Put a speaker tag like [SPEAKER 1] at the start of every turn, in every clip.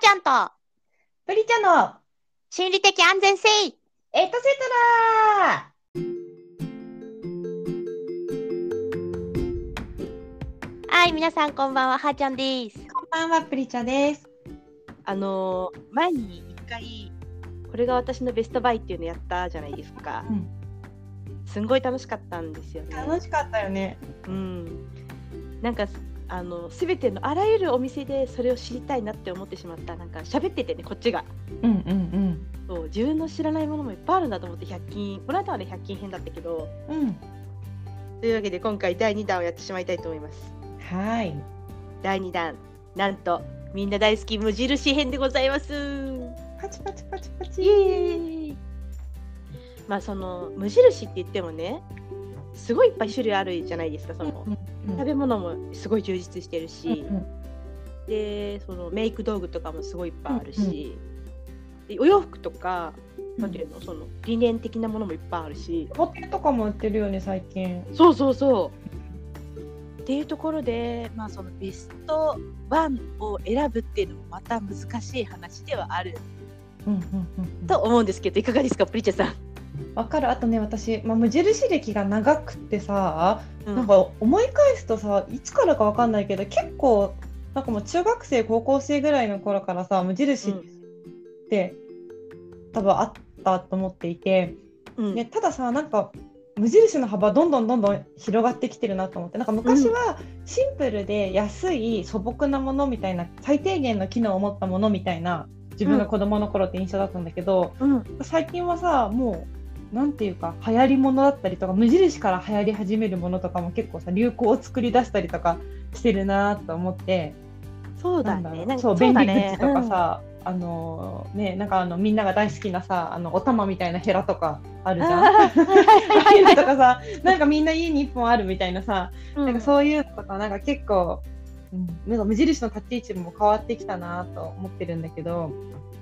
[SPEAKER 1] ちゃんと
[SPEAKER 2] プリチャの
[SPEAKER 1] 心理的安全性
[SPEAKER 2] エトセトラ
[SPEAKER 1] はい皆さんこんばんははーちゃんです
[SPEAKER 2] こんばんはプリチャです
[SPEAKER 3] あのー前に一回これが私のベストバイっていうのやったじゃないですか、
[SPEAKER 2] うん
[SPEAKER 3] すんごい楽しかったんですよね、
[SPEAKER 2] 楽しかったよね
[SPEAKER 3] うん、なんかあの全てのあらゆるお店でそれを知りたいなって思ってしまったなんか喋っててねこっちが
[SPEAKER 2] うんうん
[SPEAKER 3] そう自分の知らないものもいっぱいあるんだと思って100均この間はね100均編だったけど
[SPEAKER 2] うんうん
[SPEAKER 3] というわけで今回第2弾をやってしまいたいと思います
[SPEAKER 2] はい
[SPEAKER 3] 第2弾なんとみんな大好き無印編でございます
[SPEAKER 2] パチパチパチパ
[SPEAKER 3] イエ
[SPEAKER 2] チ
[SPEAKER 3] ーイまあその無印って言ってもねすごいいっぱい種類あるじゃないですかその、食べ物もすごい充実してるし、でそのメイク道具とかもすごいいっぱいあるし、でお洋服とかなんていうのその理念的なものもいっぱいあるし
[SPEAKER 2] ホテルとかも売ってるよね最近
[SPEAKER 3] そうそうそうっていうところで、まあ、そのベスト1を選ぶっていうのもまた難しい話ではある
[SPEAKER 2] うんうんうん
[SPEAKER 3] と思うんですけどいかがですかプリチャさん。
[SPEAKER 2] わかるあとね私、まあ、無印歴が長くってさ、
[SPEAKER 3] う
[SPEAKER 2] なんか思い返すとさいつからかわかんないけど結構なんかもう中学生高校生ぐらいの頃からさ無印って、多分あったと思っていて、
[SPEAKER 3] うん
[SPEAKER 2] ね、たださなんか無印の幅どんどんどんどん広がってきてるなと思ってなんか昔はシンプルで安い素朴なものみたいな最低限の機能を持ったものみたいな自分が子供の頃って印象だったんだけど、
[SPEAKER 3] うん
[SPEAKER 2] 最近はさもうなんていうか流行りものだったりとか無印から流行り始めるものとかも結構さ流行を作り出したりとかしてるなと思って
[SPEAKER 3] そうだ
[SPEAKER 2] なん
[SPEAKER 3] ね。
[SPEAKER 2] ろ
[SPEAKER 3] なんか
[SPEAKER 2] そう便利グッズとか。
[SPEAKER 3] だね
[SPEAKER 2] さ、あのねなんかあのみんなが大好きなさあのお玉みたいなヘラとかあ
[SPEAKER 3] う
[SPEAKER 2] る
[SPEAKER 3] ん
[SPEAKER 2] じ
[SPEAKER 3] あ
[SPEAKER 2] ゃん。あ
[SPEAKER 3] ーはい
[SPEAKER 2] あ
[SPEAKER 3] はいいうは
[SPEAKER 2] の
[SPEAKER 3] い
[SPEAKER 2] と
[SPEAKER 3] は
[SPEAKER 2] かさなんかみんな家に1本あるみたいなさ、
[SPEAKER 3] い
[SPEAKER 2] なんかそういうのとかなんか結構、うん、なんか無印の立ち位置も変わってきたなと思ってるんだけど、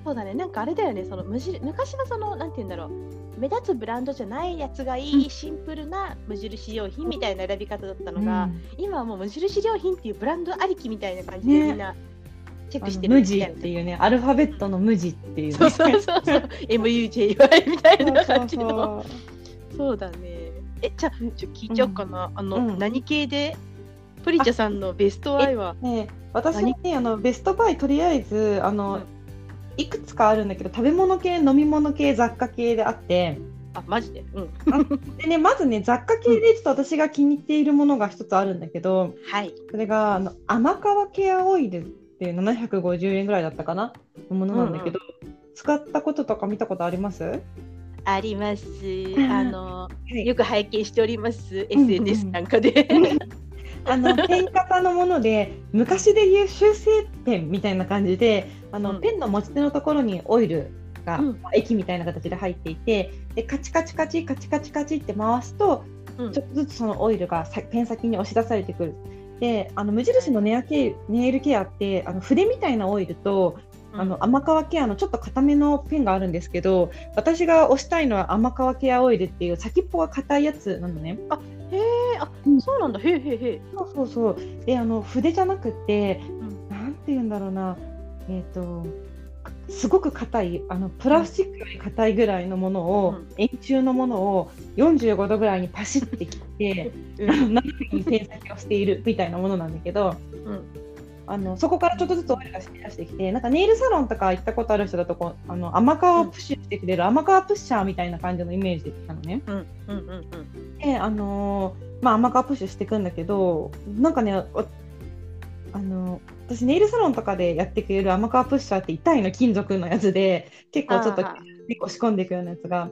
[SPEAKER 3] そうだね。なんかあれだよね。その無印昔はそのなんて言うんだろう。目立つブランドじゃないやつがいい、
[SPEAKER 2] うん
[SPEAKER 3] シンプルな無印良品みたいな選び方だったの
[SPEAKER 2] う
[SPEAKER 3] が、
[SPEAKER 2] ん
[SPEAKER 3] 今はもう無印良品っていうブランドありきみたいな感じで
[SPEAKER 2] ね
[SPEAKER 3] みんなチェックして
[SPEAKER 2] あの無
[SPEAKER 3] るみたい
[SPEAKER 2] 地
[SPEAKER 3] な
[SPEAKER 2] っていうねアルファベットの無地っていうね
[SPEAKER 3] そうそうそうそう MUJY みたい な
[SPEAKER 2] そう
[SPEAKER 3] 感じのそうだねえじゃあちょ聞いちゃおうかな、あの、
[SPEAKER 2] うん
[SPEAKER 3] 何系でプリチャさんのベストアイは
[SPEAKER 2] ね私はねあのベストバイとりあえずあの、
[SPEAKER 3] うん
[SPEAKER 2] いくつかあるんだけど食べ物系飲み物系雑貨系であって
[SPEAKER 3] あマジでうん
[SPEAKER 2] で、ね、まずね雑貨系でちょっと私が気に入っているものが一つあるんだけど
[SPEAKER 3] はい
[SPEAKER 2] それがあの甘皮ケアオイルって750円ぐらいだったかなのものなんだけど、使ったこととか見たことあります、は
[SPEAKER 3] あります。
[SPEAKER 2] ん
[SPEAKER 3] あの、
[SPEAKER 2] い
[SPEAKER 3] よく拝見しております。
[SPEAKER 2] うんうん
[SPEAKER 3] SNS なんかで。
[SPEAKER 2] あ のペン型のもので昔でいう修正ペンみたいな感じであの、
[SPEAKER 3] うん
[SPEAKER 2] ペンの持ち手のところにオイルが、
[SPEAKER 3] うん
[SPEAKER 2] 液みたいな形で入っていてでカチカチカチカチカチカチって回すと
[SPEAKER 3] うん
[SPEAKER 2] ちょっとずつそのオイルがさペン先に押し出されてくる。であの無印のネアケネイルケアってあの筆みたいなオイルと、あの甘皮ケアのちょっと固めのペンがあるんですけど私が推したいのは甘皮ケアオイルっていう先っぽが硬いやつなのね。
[SPEAKER 3] えーあ、そうなんだ。へえへえへえ。
[SPEAKER 2] そうそうそう。で、あの筆じゃなくて、
[SPEAKER 3] ん
[SPEAKER 2] なんて言うんだろうな、えっ、と。すごく硬いあのプラスチックより硬いぐらいのものを、
[SPEAKER 3] うん
[SPEAKER 2] 円柱のものを45度ぐらいにパシッて切って
[SPEAKER 3] う
[SPEAKER 2] あ
[SPEAKER 3] ん
[SPEAKER 2] の斜めにペン先をしているみたいなものなんだけど
[SPEAKER 3] うん
[SPEAKER 2] あのそこからちょっとずつオイルが染み出してきてなんかネイルサロンとか行ったことある人だとこうあの甘皮をプッシュしてくれる甘皮プッシャーみたいな感じのイメージなのね。
[SPEAKER 3] うんうんうんうん。
[SPEAKER 2] で、あのーまあ、甘皮プッシュしていくんだけどなんかねわあのー私ネイルサロンとかでやってくれる甘皮プッシャーって痛いの金属のやつで結構ちょっと
[SPEAKER 3] あー
[SPEAKER 2] 結構押し込んでいくようなやつが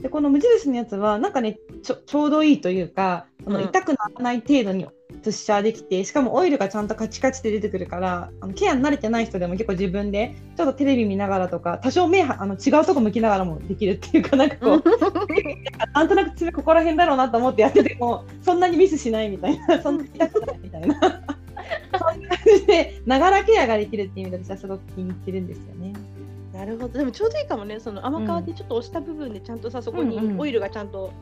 [SPEAKER 2] でこの無印のやつはなんかねちょちょうどいいというかあの
[SPEAKER 3] うん
[SPEAKER 2] 痛くならない程度にプッシャーできてしかもオイルがちゃんとカチカチで出てくるからあのケアに慣れてない人でも結構自分でちょっとテレビ見ながらとか多少目はあの違うとこ向きながらもできるっていうかなんかこうなんとなく爪ここら辺だろうなと思ってやっててもそんなにミスしないみたいなそんなに痛くないみたいなそんな感じでながらケアができるっていう意味で私はすごく気に入ってるんですよね。
[SPEAKER 3] なるほど。でもちょうどいいかもね。その甘皮でちょっと押した部分でちゃんとさ、そこに
[SPEAKER 2] うんうん
[SPEAKER 3] オイルがちゃんと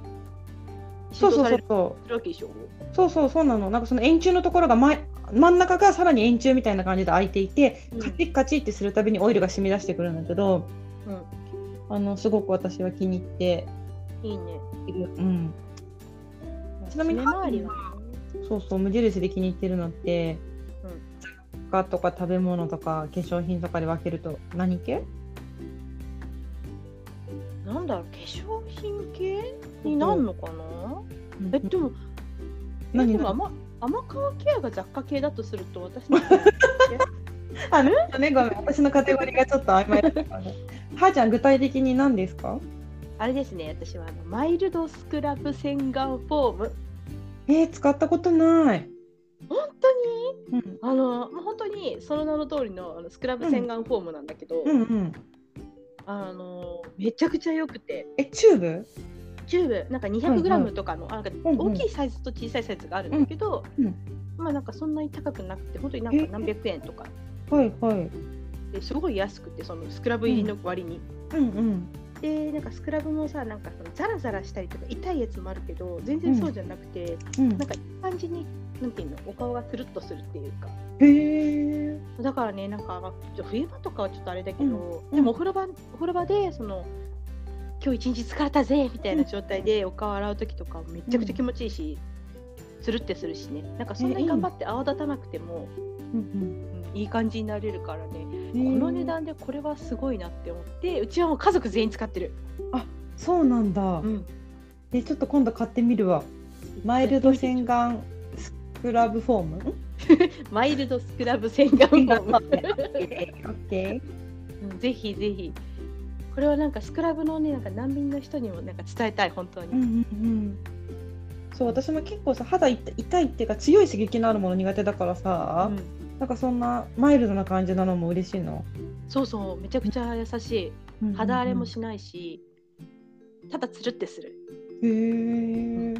[SPEAKER 2] そう
[SPEAKER 3] 浸
[SPEAKER 2] そ
[SPEAKER 3] 透
[SPEAKER 2] う
[SPEAKER 3] さ
[SPEAKER 2] そ
[SPEAKER 3] れ
[SPEAKER 2] うそう
[SPEAKER 3] るわけでしょ。
[SPEAKER 2] そうそうそうなのなんかその円柱のところが前真ん中がさらに円柱みたいな感じで開いていて、
[SPEAKER 3] うん
[SPEAKER 2] カチッカチッってするたびにオイルが染み出してくるんだけど、
[SPEAKER 3] うん
[SPEAKER 2] あのすごく私は気に入って
[SPEAKER 3] いいね。
[SPEAKER 2] いる、うん、ちなみに
[SPEAKER 3] 締め回りは
[SPEAKER 2] そうそう無印で気に入ってるのって、
[SPEAKER 3] うん
[SPEAKER 2] 雑貨とか食べ物とか化粧品とかで分けると何系
[SPEAKER 3] なんだろう化粧品系になんのかな、えでもえ
[SPEAKER 2] 何
[SPEAKER 3] でも
[SPEAKER 2] 何
[SPEAKER 3] 甘甘皮ケアが雑貨系だとすると私 の
[SPEAKER 2] あなるほどねごめん私のカテゴリーがちょっと曖昧だったからねはーちゃん具体的に何です か
[SPEAKER 3] あれですね私はあのマイルドスクラブ洗顔フォーム
[SPEAKER 2] えー、使ったことない。
[SPEAKER 3] 本当に
[SPEAKER 2] うん
[SPEAKER 3] あのもう本当にその名の通りのあのスクラブ洗顔フォームなんだけど、
[SPEAKER 2] うんうん、
[SPEAKER 3] あのめちゃくちゃ良くて
[SPEAKER 2] えチューブ
[SPEAKER 3] チューブなんか
[SPEAKER 2] はいは
[SPEAKER 3] 200g
[SPEAKER 2] い
[SPEAKER 3] とかの、あなんか
[SPEAKER 2] うんうん
[SPEAKER 3] 大きいサイズと小さいサイズがあるんだけど、
[SPEAKER 2] うんうん
[SPEAKER 3] まあなんかそんなに高くなくて本当になんか何百円とか
[SPEAKER 2] はいはい。
[SPEAKER 3] ですごい安くてそのスクラブ入りの割に、
[SPEAKER 2] うんうん。
[SPEAKER 3] でなんかスクラブもさなんかそのザラザラしたりとか痛いやつもあるけど全然そうじゃなくて、
[SPEAKER 2] うん
[SPEAKER 3] なんかいい感じになんていうのお顔がつるっとするっていうか
[SPEAKER 2] へえ。
[SPEAKER 3] だからねなんか、まあ、ちょ冬場とかはちょっとあれだけど、
[SPEAKER 2] うん
[SPEAKER 3] でもお風呂場お風呂場でその今日一日疲れたぜみたいな状態でお顔洗う時とかめちゃくちゃ気持ちいいし、つるってするしねなんかそんなに頑張って泡立たなくても、
[SPEAKER 2] うん
[SPEAKER 3] うんいい感じになれるからね、
[SPEAKER 2] う
[SPEAKER 3] こ
[SPEAKER 2] ん。
[SPEAKER 3] の値段でこれはすごいなって思ってうちはもう家族全員使ってる。
[SPEAKER 2] そうなんだ
[SPEAKER 3] う。ん
[SPEAKER 2] えちょっと今度買ってみるわ。マイルド洗顔スクラブフォーム。
[SPEAKER 3] マイルドスクラブ洗顔フォ ーム
[SPEAKER 2] オッケー。
[SPEAKER 3] うんぜひぜひ。これはなんかスクラブのね、なんか難民の人にもなんか伝えたい、本当
[SPEAKER 2] うんう
[SPEAKER 3] に。
[SPEAKER 2] んうん。そう私も結構さ肌痛い痛いっていうか強い刺激のあるもの苦手だからさ、
[SPEAKER 3] うん
[SPEAKER 2] なんかそんなマイルドな感じなのも嬉しいの。
[SPEAKER 3] そうそう、めちゃくちゃ優し
[SPEAKER 2] うんうんう
[SPEAKER 3] い。
[SPEAKER 2] ん
[SPEAKER 3] 肌荒れもしないし、ただつるってする。
[SPEAKER 2] へえ。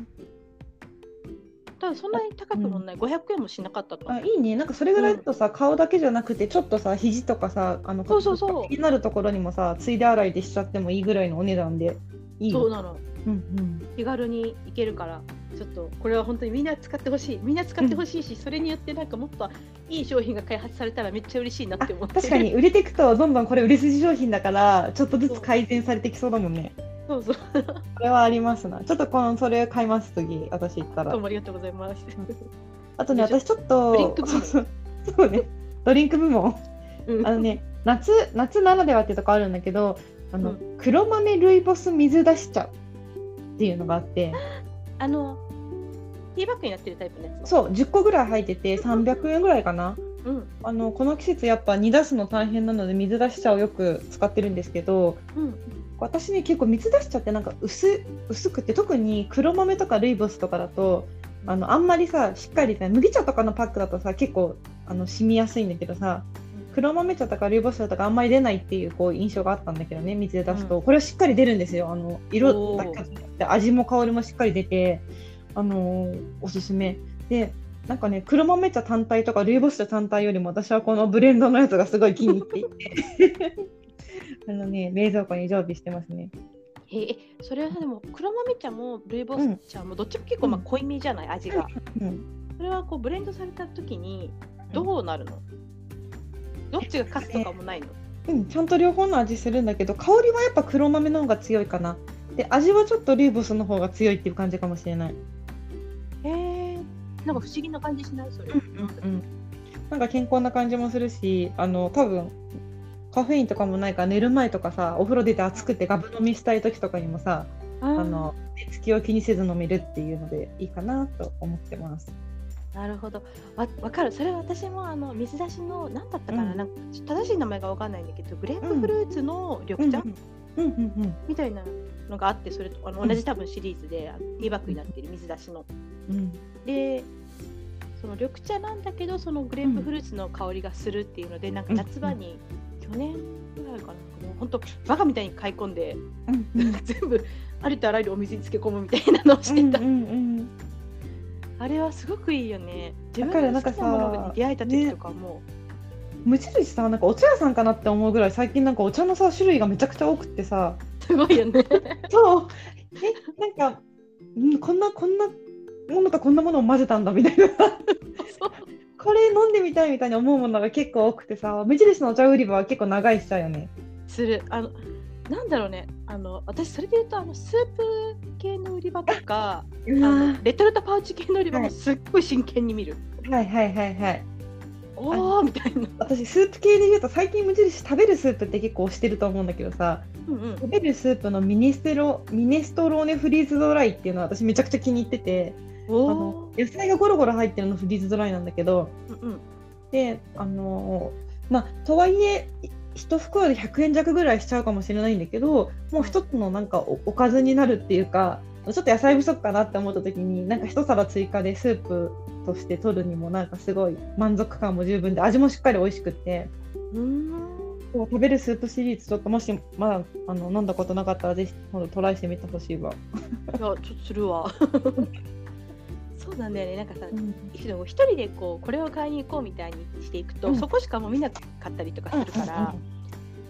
[SPEAKER 3] ただそんなに高くもない、500円もしなかったと思
[SPEAKER 2] あ
[SPEAKER 3] う。
[SPEAKER 2] いいねなんかそれぐらいだとさ、顔だけじゃなくてちょっとさ肘とかさあの
[SPEAKER 3] そうそうそう
[SPEAKER 2] 気になるところにもさついで洗いでしちゃってもいいぐらいのお値段でいい
[SPEAKER 3] そう
[SPEAKER 2] よ、
[SPEAKER 3] なの。
[SPEAKER 2] うん
[SPEAKER 3] 気軽に行けるから、ちょっとこれは本当にみんな使ってほしい。みんな使ってほしいし、それによってなんかもっといい商品が開発されたらめっちゃ嬉しいな
[SPEAKER 2] あ
[SPEAKER 3] って思って。
[SPEAKER 2] 確か。に売れていくとどんどんこれ売れ筋商品だからちょっとずつ改善されてきそうだもんね
[SPEAKER 3] そう そう。
[SPEAKER 2] これはありますなちょっとこのそれ買います次私行った
[SPEAKER 3] どう
[SPEAKER 2] ら
[SPEAKER 3] もありがとうございます。
[SPEAKER 2] あとね
[SPEAKER 3] よいしょ
[SPEAKER 2] 私ちょっ
[SPEAKER 3] ドリン
[SPEAKER 2] と
[SPEAKER 3] ク部
[SPEAKER 2] そう
[SPEAKER 3] 門
[SPEAKER 2] そうそうねドリンク部門
[SPEAKER 3] うん
[SPEAKER 2] あの ね夏夏ならではってとこあるんだけどあの、
[SPEAKER 3] う
[SPEAKER 2] 黒豆ルイボス水出し茶っていうのがあって
[SPEAKER 3] あの、ティーバッグになってるタイプのやつ。
[SPEAKER 2] そう10個ぐらい入ってて300円ぐらいかな
[SPEAKER 3] う。うん。
[SPEAKER 2] あのこの季節やっぱ煮出すの大変なので水出し茶をよく使ってるんですけど
[SPEAKER 3] うん。
[SPEAKER 2] 私ね結構水出し茶ってなんか薄薄くて特に黒豆とかルイボスとかだとあのあんまりさしっかりさ麦茶とかのパックだとさ結構あの染みやすいんだけどさ黒豆茶とかルイボス茶とかあんまり出ないっていうこう印象があったんだけどね水で出すと、
[SPEAKER 3] う
[SPEAKER 2] これはしっかり出るんですよあの色だけじゃなくて味も香りもしっかり出てあのーおすすめでなんかね黒豆茶単体とかルイボス茶単体よりも私はこのブレンドのやつがすごい気に入っていて あのね冷蔵庫に常備してますね
[SPEAKER 3] へえ、それはでも黒豆茶もルイボス茶もどっちも結構まあ濃いめじゃない味が。
[SPEAKER 2] うん
[SPEAKER 3] それはこうブレンドされた時にどうなるの？どっちが勝つとかもないの？
[SPEAKER 2] うん、ちゃんと両方の味するんだけど香りはやっぱ黒豆の方が強いかなで味はちょっとルイボスの方が強いっていう感じかもしれない
[SPEAKER 3] へえ。なんか不思議な感じしないそれ。
[SPEAKER 2] うん、なんか健康な感じもするしあの多分カフェインとかもないから寝る前とかさお風呂出て暑くてガブ飲みしたい時とかにもさ
[SPEAKER 3] あ
[SPEAKER 2] あ
[SPEAKER 3] ー
[SPEAKER 2] の寝つきを気にせず飲めるっていうのでいいかなと思ってます。
[SPEAKER 3] なるほど。わわかる。それは私もあの水出しの何だったかな、
[SPEAKER 2] うん
[SPEAKER 3] なんかちょっと正しい名前がわかんないんだけど、グレープフルーツの
[SPEAKER 2] う
[SPEAKER 3] 緑
[SPEAKER 2] ん
[SPEAKER 3] 茶、
[SPEAKER 2] うんうん
[SPEAKER 3] みたいなのがあって、それとあの同じ多分シリーズであのティーバッグになってる水出しの。
[SPEAKER 2] うんうん
[SPEAKER 3] でその緑茶なんだけどそのグレープフルーツの香りがするっていうので、なんか夏場に、去年ぐらいかなもうほんとバカみたいに買い込んで、
[SPEAKER 2] うんうん
[SPEAKER 3] 全部ありとあらゆるお水に漬け込むみたいなのをしてた、
[SPEAKER 2] うんうんうん
[SPEAKER 3] あれはすごくいいよね自
[SPEAKER 2] わかる
[SPEAKER 3] 分の好きなものに出会えた時とかも
[SPEAKER 2] 無印さなんかお茶屋さんかなって思うぐらい最近なんかお茶のさ種類がめちゃくちゃ多くってさ
[SPEAKER 3] すごいよね
[SPEAKER 2] そうえなんか、 うん、こんなこんなものとこんなものを混ぜたんだみたいな
[SPEAKER 3] そう
[SPEAKER 2] これ飲んでみたいみたいに思うものが結構多くてさ無印のお茶売り場は結構長いしさよね
[SPEAKER 3] するあのなんだろうねあの私それで言うとあのスープ系の売り場とか
[SPEAKER 2] う
[SPEAKER 3] あ
[SPEAKER 2] は
[SPEAKER 3] のレトルトパウチ系の売り場
[SPEAKER 2] は
[SPEAKER 3] も
[SPEAKER 2] い
[SPEAKER 3] すっごい真剣に見る、
[SPEAKER 2] いはいはいはい
[SPEAKER 3] おーみたいな、
[SPEAKER 2] 私スープ系で言うと最近無印食べるスープって結構推してると思うんだけどさ
[SPEAKER 3] うんうん、
[SPEAKER 2] 食べるスープのミネステロミネストローネフリーズドライっていうのは私めちゃくちゃ気に入っててあ
[SPEAKER 3] お
[SPEAKER 2] の
[SPEAKER 3] ー
[SPEAKER 2] 野菜がゴロゴロ入ってるのフリーズドライなんだけど
[SPEAKER 3] うんうん
[SPEAKER 2] であのまあとはいえい一袋で100円弱ぐらいしちゃうかもしれないんだけどもう一つのなんかおおかずになるっていうかちょっと野菜不足かなって思った時になんか一皿追加でスープとして取るにもなんかすごい満足感も十分で味もしっかり美味しくて
[SPEAKER 3] うーん
[SPEAKER 2] こう食べるスープシリーズちょっともしまだあの飲んだことなかったらぜひ今度トライしてみてほしいわ。
[SPEAKER 3] いやちょっとする わそうなんだよねなんかさ一人でこうこれを買いに行こうみたいにしていくと、
[SPEAKER 2] うん
[SPEAKER 3] そこしかもう見なかったりとかするから、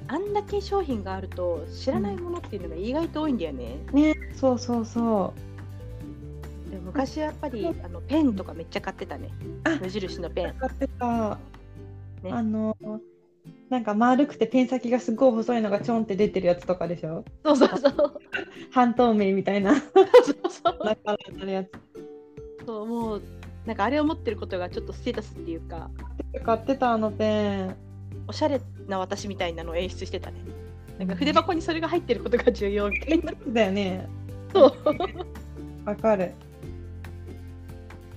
[SPEAKER 3] あんだけ商品があると知らないものっていうのが意外と多いんだよね。
[SPEAKER 2] ね、そうそうそう。
[SPEAKER 3] で昔はやっぱりあのペンとかめっちゃ買ってたね
[SPEAKER 2] あ。
[SPEAKER 3] 無印のペン。
[SPEAKER 2] 買ってた、
[SPEAKER 3] ね
[SPEAKER 2] あのなんか丸くてペン先がすごい細いのがちょんって出てるやつとかでしょ
[SPEAKER 3] そうそうそう。そう
[SPEAKER 2] 半透明みたいな
[SPEAKER 3] そう
[SPEAKER 2] 中になるやつ
[SPEAKER 3] そう。もうなんかあれを持ってることがちょっとステータスっていうか
[SPEAKER 2] 買ってたあのペン
[SPEAKER 3] おしゃれな私みたいなのを演出してたね。なんか筆箱にそれが入ってることが重要みたいな。
[SPEAKER 2] だよね
[SPEAKER 3] そう。
[SPEAKER 2] わかる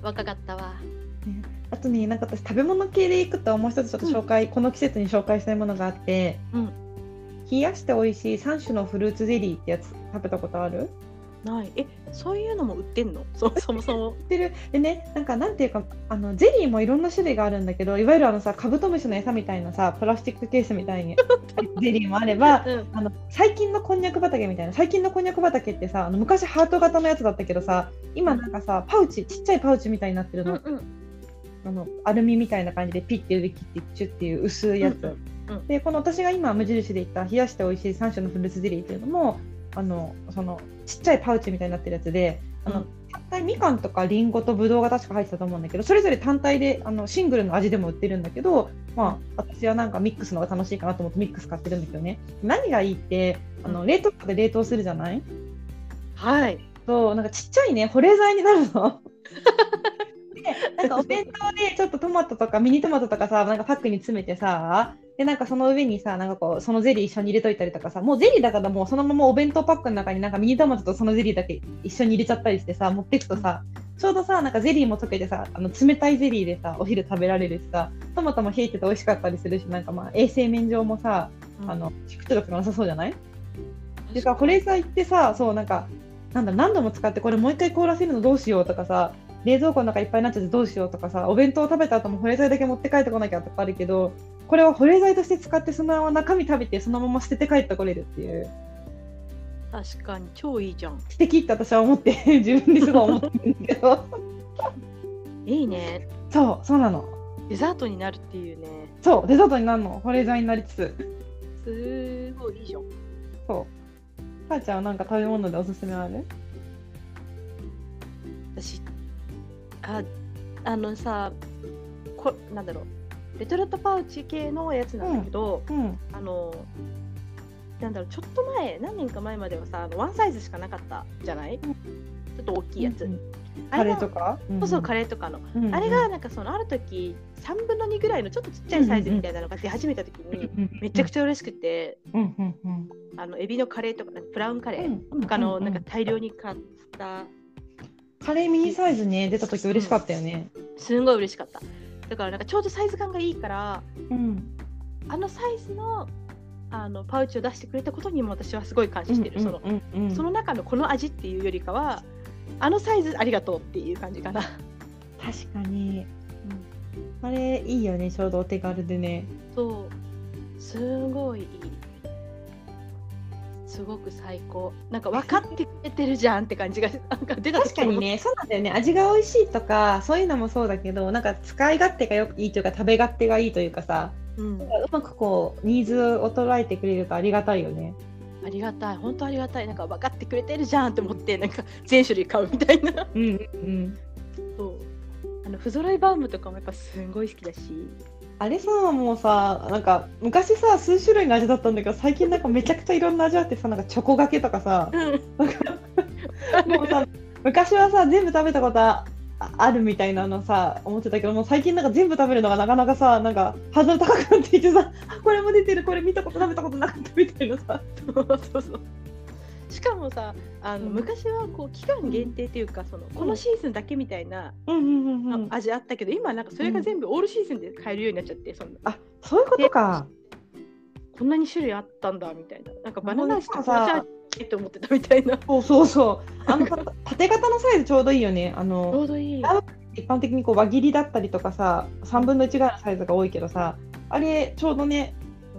[SPEAKER 3] 若かったわ。
[SPEAKER 2] あとねなんか私食べ物系でいくともう一つちょっと紹介、この季節に紹介したいものがあって、
[SPEAKER 3] うん
[SPEAKER 2] 冷やして美味しい3種のフルーツゼリーってやつ食べたことある
[SPEAKER 3] ない。え、そういうのも売ってんの？そそもそも。
[SPEAKER 2] 知ってるでねなんかなんていうかあのゼリーもいろんな種類があるんだけどいわゆるあのさカブトムシの餌みたいなさプラスチックケースみたい にゼリーもあれば
[SPEAKER 3] うん。
[SPEAKER 2] あの最近のこんにゃく畑みたいな最近のこんにゃく畑ってさあの昔ハート型のやつだったけどさ今なんかさパウチちっちゃいパウチみたいになってる
[SPEAKER 3] うん
[SPEAKER 2] の,、
[SPEAKER 3] うん。
[SPEAKER 2] あのアルミみたいな感じでピッて腕切ってチュッっていう薄いやつ、
[SPEAKER 3] うんうんうん
[SPEAKER 2] でこの私が今無印で言った冷やして美味しい3種のフルーツゼリーっていうのもあのそのちっちゃいパウチみたいになってるやつであの、
[SPEAKER 3] うん
[SPEAKER 2] 単体みかんとかりんごとぶどうが確か入ってたと思うんだけどそれぞれ単体であのシングルの味でも売ってるんだけど、まあ、私はなんかミックスの方が楽しいかなと思ってミックス買ってるんだけどね何がいいってあの冷凍庫で冷凍するじゃない
[SPEAKER 3] はい。
[SPEAKER 2] そうなんかちっちゃいね保冷剤になるの。 でなんかお弁当でちょっとトマトとかミニトマトとかさなんかパックに詰めてさでなんかその上にさなんかこうそのゼリー一緒に入れといたりとかさもうゼリーだからもうそのままお弁当パックの中になんかミニトマトとそのゼリーだけ一緒に入れちゃったりしてさ持ってくとさちょうどさなんかゼリーも溶けてさあの冷たいゼリーでさお昼食べられるしさトマトも冷えてて美味しかったりするしなんかまあ衛生面上もさあの食中毒がなさそうじゃないでさ保冷剤ってさそうなんかなんだ何度も使ってこれもう一回凍らせるのどうしようとかさ冷蔵庫の中いっぱいになっちゃってどうしようとかさお弁当を食べた後も保冷剤だけ持って帰ってこなきゃとかあるけどこれは保冷剤として使ってそのまま中身食べてそのまま捨てて帰ってこれるっていう
[SPEAKER 3] 確かに超いいじゃん。
[SPEAKER 2] 素敵って私は思って 自分ですごい思ってるんだけど
[SPEAKER 3] いいね。
[SPEAKER 2] そうそうなの
[SPEAKER 3] デザートになるっていうね。
[SPEAKER 2] そうデザートになるの保冷剤になりつつ
[SPEAKER 3] すーごいいいじゃん。
[SPEAKER 2] そう母ちゃんはなんか食べ物でおすすめある
[SPEAKER 3] 私ああのさこなんだろうレトルトパウチ系のやつなんだけど、
[SPEAKER 2] うん
[SPEAKER 3] あのなんだろうちょっと前何年か前まではさあのワンサイズしかなかったじゃない、
[SPEAKER 2] うん
[SPEAKER 3] ちょっと大きいやつ、
[SPEAKER 2] うん
[SPEAKER 3] あ
[SPEAKER 2] カレ
[SPEAKER 3] れ
[SPEAKER 2] ーと
[SPEAKER 3] が
[SPEAKER 2] か
[SPEAKER 3] そうそうカ
[SPEAKER 2] レ
[SPEAKER 3] レーとかの、
[SPEAKER 2] ー
[SPEAKER 3] あれがなんかそのある時3分の2ぐらいのちょっとちっちゃいサイズみたいなのが出始めた時に、めちゃく
[SPEAKER 2] ち
[SPEAKER 3] ちゃ嬉しくて、
[SPEAKER 2] ゃうんうんうん
[SPEAKER 3] あのエビのカレーとかブラウンカレー
[SPEAKER 2] うん
[SPEAKER 3] とかの
[SPEAKER 2] うん
[SPEAKER 3] な
[SPEAKER 2] うん
[SPEAKER 3] んか大量に買った
[SPEAKER 2] カレーミニサイズね出た時嬉しかったよね。
[SPEAKER 3] すんごい嬉しかっただからなんかちょうどサイズ感がいいから
[SPEAKER 2] うん。
[SPEAKER 3] あのサイズのあのパウチを出してくれたことにも私はすごい感謝してる、そ
[SPEAKER 2] うんうんう
[SPEAKER 3] の
[SPEAKER 2] ん
[SPEAKER 3] その中のこの味っていうよりかはあのサイズありがとうっていう感じかな、
[SPEAKER 2] 確かに。あれいいよねちょうどお手軽でね。
[SPEAKER 3] そうすごいいいすごく最高なんか分かってくれてるじゃんって感じがなんか出た
[SPEAKER 2] 確
[SPEAKER 3] 時
[SPEAKER 2] かにねそうなんだよね味が美味しいとかそういうのもそうだけどなんか使い勝手がよくいいというか食べ勝手がいいというかさ
[SPEAKER 3] うん
[SPEAKER 2] うまくこうニーズを捉えてくれるとありがたいよね。
[SPEAKER 3] ありがたい本当ありがたいなんか分かってくれてるじゃんって思ってなんか全種類買うみたいな
[SPEAKER 2] うんうん
[SPEAKER 3] そうあのの不揃いバウムとかもやっぱすんごい好きだし
[SPEAKER 2] あれさもうさなんか昔さ数種類の味だったんだけど最近なんかめちゃくちゃいろんな味あってさなんかチョコがけとかさもうさ昔はさ全部食べたことああるみたいなのさ思ってたけどもう最近なんか全部食べるのがなかなかさなんかハードル高くなってきてさあこれも出てるこれ見たこと食べたことなかったみたいなさ
[SPEAKER 3] そうそうそうしかもさあの、
[SPEAKER 2] うん
[SPEAKER 3] 昔はこう期間限定っていうかそのこのシーズンだけみたいな
[SPEAKER 2] うんうんうんうん
[SPEAKER 3] 味あったけど、今はなんかそれが全部オールシーズンで買えるようになっちゃってその
[SPEAKER 2] あそういうことか
[SPEAKER 3] こんなに種類あったんだみたいななんかバナナ味と
[SPEAKER 2] もう
[SPEAKER 3] 紅
[SPEAKER 2] なんかさ
[SPEAKER 3] 茶味えって思ってたみたいなち
[SPEAKER 2] そうそうそうあのさ縦型のサイズちょうどいいよねあの
[SPEAKER 3] ょうどいい
[SPEAKER 2] あ一般的にこう輪切りだったりとかさ3分の1ぐらいのサイズが多いけどさあれちょうどね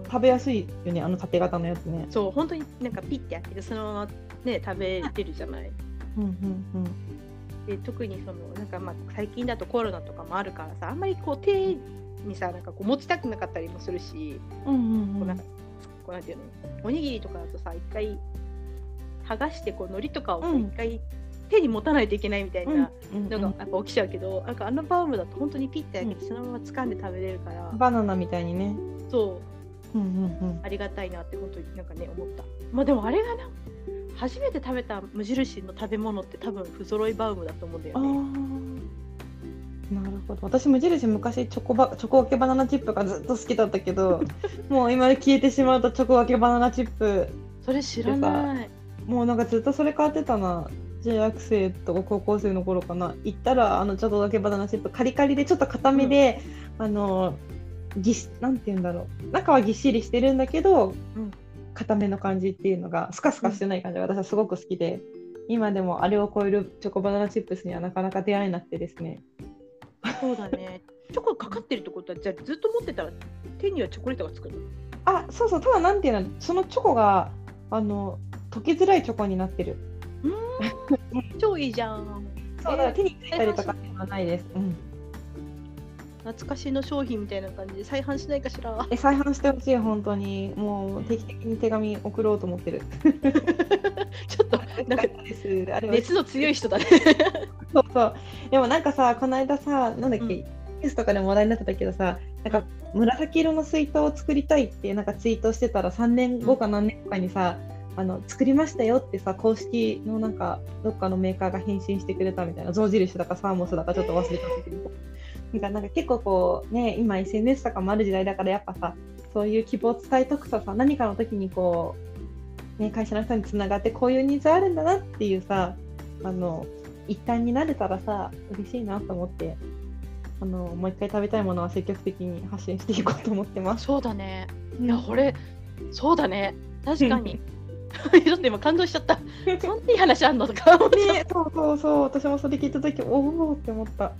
[SPEAKER 2] 食べやすいよねあの縦型のやつね。
[SPEAKER 3] そう本当になんかピッて開けてそのままね食べてるじゃない
[SPEAKER 2] うんうんうん
[SPEAKER 3] で特にそのなんかまあ最近だとコロナとかもあるからさあんまりこう手にさなんかこう持ちたくなかったりもするし、
[SPEAKER 2] うん
[SPEAKER 3] こうなんかこうなんていうのおにぎりとかだとさ一回剥がしてこう海苔とかをさ
[SPEAKER 2] うん
[SPEAKER 3] 一回手に持たないといけないみたいな
[SPEAKER 2] うん
[SPEAKER 3] のがやっぱ起きちゃうけど、なんかあのバウムだと本当にピッて開け
[SPEAKER 2] う
[SPEAKER 3] てそのまま掴んで食べれるから、
[SPEAKER 2] バナナみたいにね。
[SPEAKER 3] そう
[SPEAKER 2] うんうん
[SPEAKER 3] ありがたいなって本当になんかね思ったまあでもあれがな初めて食べた無印の食べ物って多分不揃いバウムだと思うんだよね
[SPEAKER 2] うん。ああ。なるほど。私無印昔チョコバチョコ分けバナナチップがずっと好きだったけど、もう今消えてしまうとチョコ分けバナナチップ
[SPEAKER 3] それ知らない
[SPEAKER 2] もうなんかずっとそれ変わってたな。中学生とか高校生の頃かな行ったらあのちょっとだけバナナチップカリカリでちょっと硬めで、あのぎしなんて言うんだろう中はぎっしりしてるんだけど、
[SPEAKER 3] うん
[SPEAKER 2] 硬めの感じっていうのがスカスカしてない感じが私はすごく好きで、今でもあれを超えるチョコバナナチップスにはなかなか出会えなくてですね
[SPEAKER 3] そうだねチョコかかってるってことはじゃあずっと持ってたら手にはチョコレートがつくの
[SPEAKER 2] あそうそうただなんていうのそのチョコがあの溶けづらいチョコになってる
[SPEAKER 3] 超いいじゃん
[SPEAKER 2] そうだから手についたりとかっていうのはないです、うん
[SPEAKER 3] 懐かしの商品みたいな感じで再販しないかしら
[SPEAKER 2] え再販してほしい本当にもう定期的に手紙送ろうと思 ってる。
[SPEAKER 3] ちょっとなんか
[SPEAKER 2] です あれは
[SPEAKER 3] 熱の強い人だね
[SPEAKER 2] そうそうでもなんかさこの間さなんだっけ、
[SPEAKER 3] うん
[SPEAKER 2] ニュースとかでも話題になってたけどさなんか紫色の水筒を作りたいってなんかツイートしてたら3年後か何年後かにさ、あの作りましたよってさ公式のなんかどっかのメーカーが返信してくれたみたいな象印だかサーモスだかちょっと忘れたんだけど、なんかなんか結構こうね今 SNS とかもある時代だからやっぱさそういう希望を伝えとくとさ何かの時にこう、ね、会社の人につながってこういうニーズあるんだなっていうさあの一旦になれたらさ嬉しいなと思ってあのもう一回食べたいものは積極的に発信していこうと思ってます。
[SPEAKER 3] そうだね
[SPEAKER 2] い
[SPEAKER 3] いやこれそうだね確かに ちょっと今感動しちゃったそんないい話あんのとか思 っちゃった
[SPEAKER 2] ね、そうそうそう私もそれ聞いた時おおって思った。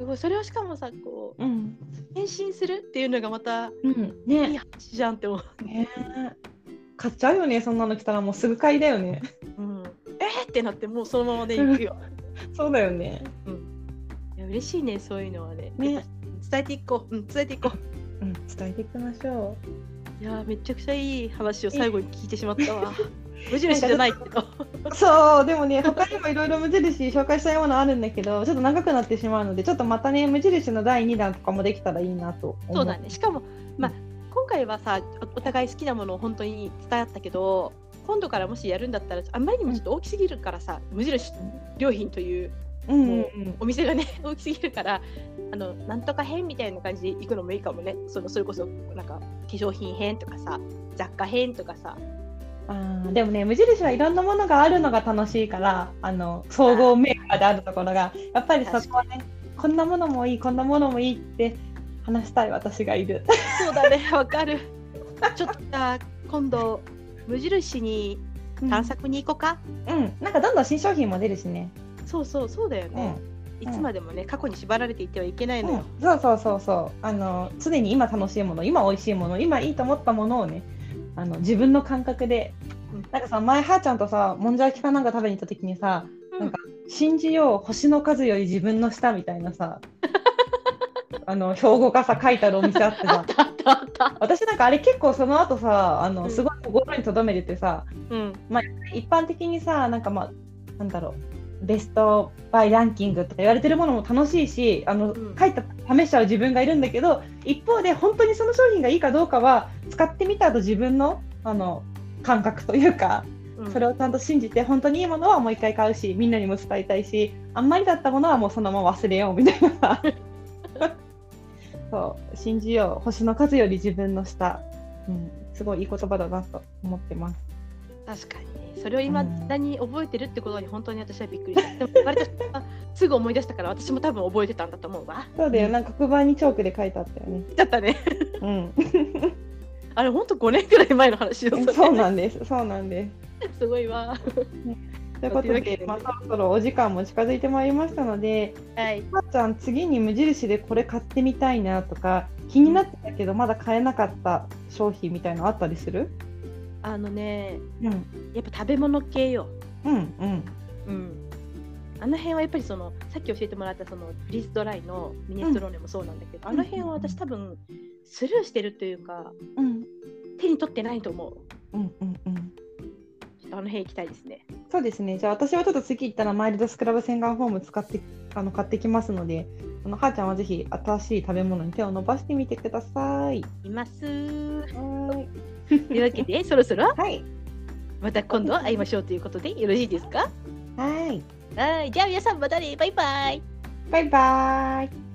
[SPEAKER 3] すごいそれをしかもさこう
[SPEAKER 2] うん、
[SPEAKER 3] 変身するっていうのがまた
[SPEAKER 2] うん、
[SPEAKER 3] いい
[SPEAKER 2] ね
[SPEAKER 3] 話じゃんって思う、
[SPEAKER 2] ね買っちゃうよねそんなの来たらもうすぐ買いだよね。
[SPEAKER 3] うん、えー、ってなってもうそのままで行くよ
[SPEAKER 2] そうだよね。
[SPEAKER 3] いや嬉しいねそういうのはね
[SPEAKER 2] ね
[SPEAKER 3] 伝えていこう、うん、伝えていこ
[SPEAKER 2] うん、伝えていきましょう。
[SPEAKER 3] ういやーめちゃくちゃいい話を最後に聞いてしまったわ 無印じゃないけど
[SPEAKER 2] そうでもね他にもいろいろ無印紹介したいものあるんだけどちょっと長くなってしまうのでちょっとまたね無印の第2弾とかもできたらいいなと思
[SPEAKER 3] そうだねしかもまあ今回はさおお互い好きなものを本当に伝え合ったけど今度からもしやるんだったらあんまりにもちょっと大きすぎるからさ無印良品という
[SPEAKER 2] うんうんうん、
[SPEAKER 3] お店がね 大きすぎるからあのなんとか編みたいな感じで行くのもいいかもねそのそれこそなんか化粧品編とかさ雑貨編とかさ
[SPEAKER 2] あーでもね無印はいろんなものがあるのが楽しいからあの総合メーカーであるところがやっぱりそこはねこんなものもいいこんなものもいいって話したい私がいる
[SPEAKER 3] そうだね わかるちょっとさ今度無印に探索に行こうか、
[SPEAKER 2] うんなんかどんどん新商品も出るしね
[SPEAKER 3] そうそうそうだよね、
[SPEAKER 2] ん
[SPEAKER 3] いつまでもね過去に縛られていてはいけないの
[SPEAKER 2] うんそう
[SPEAKER 3] よ、
[SPEAKER 2] そうそうそうあの常に今楽しいもの今美味しいもの今いいと思ったものをねあの自分の感覚で、
[SPEAKER 3] うん
[SPEAKER 2] なんかさ前はーちゃんとさもんじゃ焼きかなんか食べに行った時にさ、
[SPEAKER 3] うん
[SPEAKER 2] なんか信じよう星の数より自分の舌みたいな さあの標語がさ書いてあるお店あってさ
[SPEAKER 3] あったあった
[SPEAKER 2] 私なんかあれ結構その後さあ
[SPEAKER 3] う
[SPEAKER 2] の
[SPEAKER 3] ん
[SPEAKER 2] すごい心に留めててさ、
[SPEAKER 3] うん
[SPEAKER 2] 一般的にさなんかまあなんだろうベストバイランキングとか言われてるものも楽しいしあの、
[SPEAKER 3] うん
[SPEAKER 2] 書いた試しちゃう自分がいるんだけど一方で本当にその商品がいいかどうかは使ってみた後自分のあの感覚というかそれ
[SPEAKER 3] は
[SPEAKER 2] をちゃんと信じて本当にいいものはもう一回買うしみんなにも伝えたいしあんまりだったものはもうそのまま忘れようみたいな そう信じよう星の数より自分の下、うん、すごいいい言葉だなと思ってます。
[SPEAKER 3] 確かにそれを今だに覚えてるってことに本当に私はびっく りしたでも言われた瞬間すぐ思い出したから私も多分覚えてたんだと思うわ
[SPEAKER 2] そうだよ、
[SPEAKER 3] ん
[SPEAKER 2] なんか黒板にチョークで書いてあったよね。
[SPEAKER 3] だったね
[SPEAKER 2] うん、
[SPEAKER 3] あれ本当5年くらい前の話よれ
[SPEAKER 2] そうなんです、そうなんです。
[SPEAKER 3] すごいわ
[SPEAKER 2] ということ
[SPEAKER 3] というわけ
[SPEAKER 2] で
[SPEAKER 3] で、
[SPEAKER 2] まあ、そろそろお時間も近づいてまいりましたので、
[SPEAKER 3] はい
[SPEAKER 2] まーちゃん、次に無印でこれ買ってみたいなとか、気になってたけど、まだ買えなかった商品みたいのあったりする
[SPEAKER 3] あのね
[SPEAKER 2] うん、
[SPEAKER 3] やっぱ食べ物系よ
[SPEAKER 2] うん、うん。
[SPEAKER 3] うんあの辺はやっぱりそのさっき教えてもらったそのフリーズドライのミネストローネもそうなんだけど、
[SPEAKER 2] うん
[SPEAKER 3] あの辺は私多分スルーしてるというか
[SPEAKER 2] うん
[SPEAKER 3] 手に取ってないと思
[SPEAKER 2] う
[SPEAKER 3] う
[SPEAKER 2] んうんうん、
[SPEAKER 3] ちょっとあの辺行きたいですね
[SPEAKER 2] そうですねじゃあ私はちょっと次行ったらマイルドスクラブ洗顔フォーム使ってあの買ってきますのであのはーちゃんはぜひ新しい食べ物に手を伸ばしてみてください。
[SPEAKER 3] います とい
[SPEAKER 2] は
[SPEAKER 3] うわけでそろそろ
[SPEAKER 2] い
[SPEAKER 3] また今度会いましょうということでよろしいですか
[SPEAKER 2] はい
[SPEAKER 3] はいじゃあ皆さんまたねバイバイ
[SPEAKER 2] バイバーイ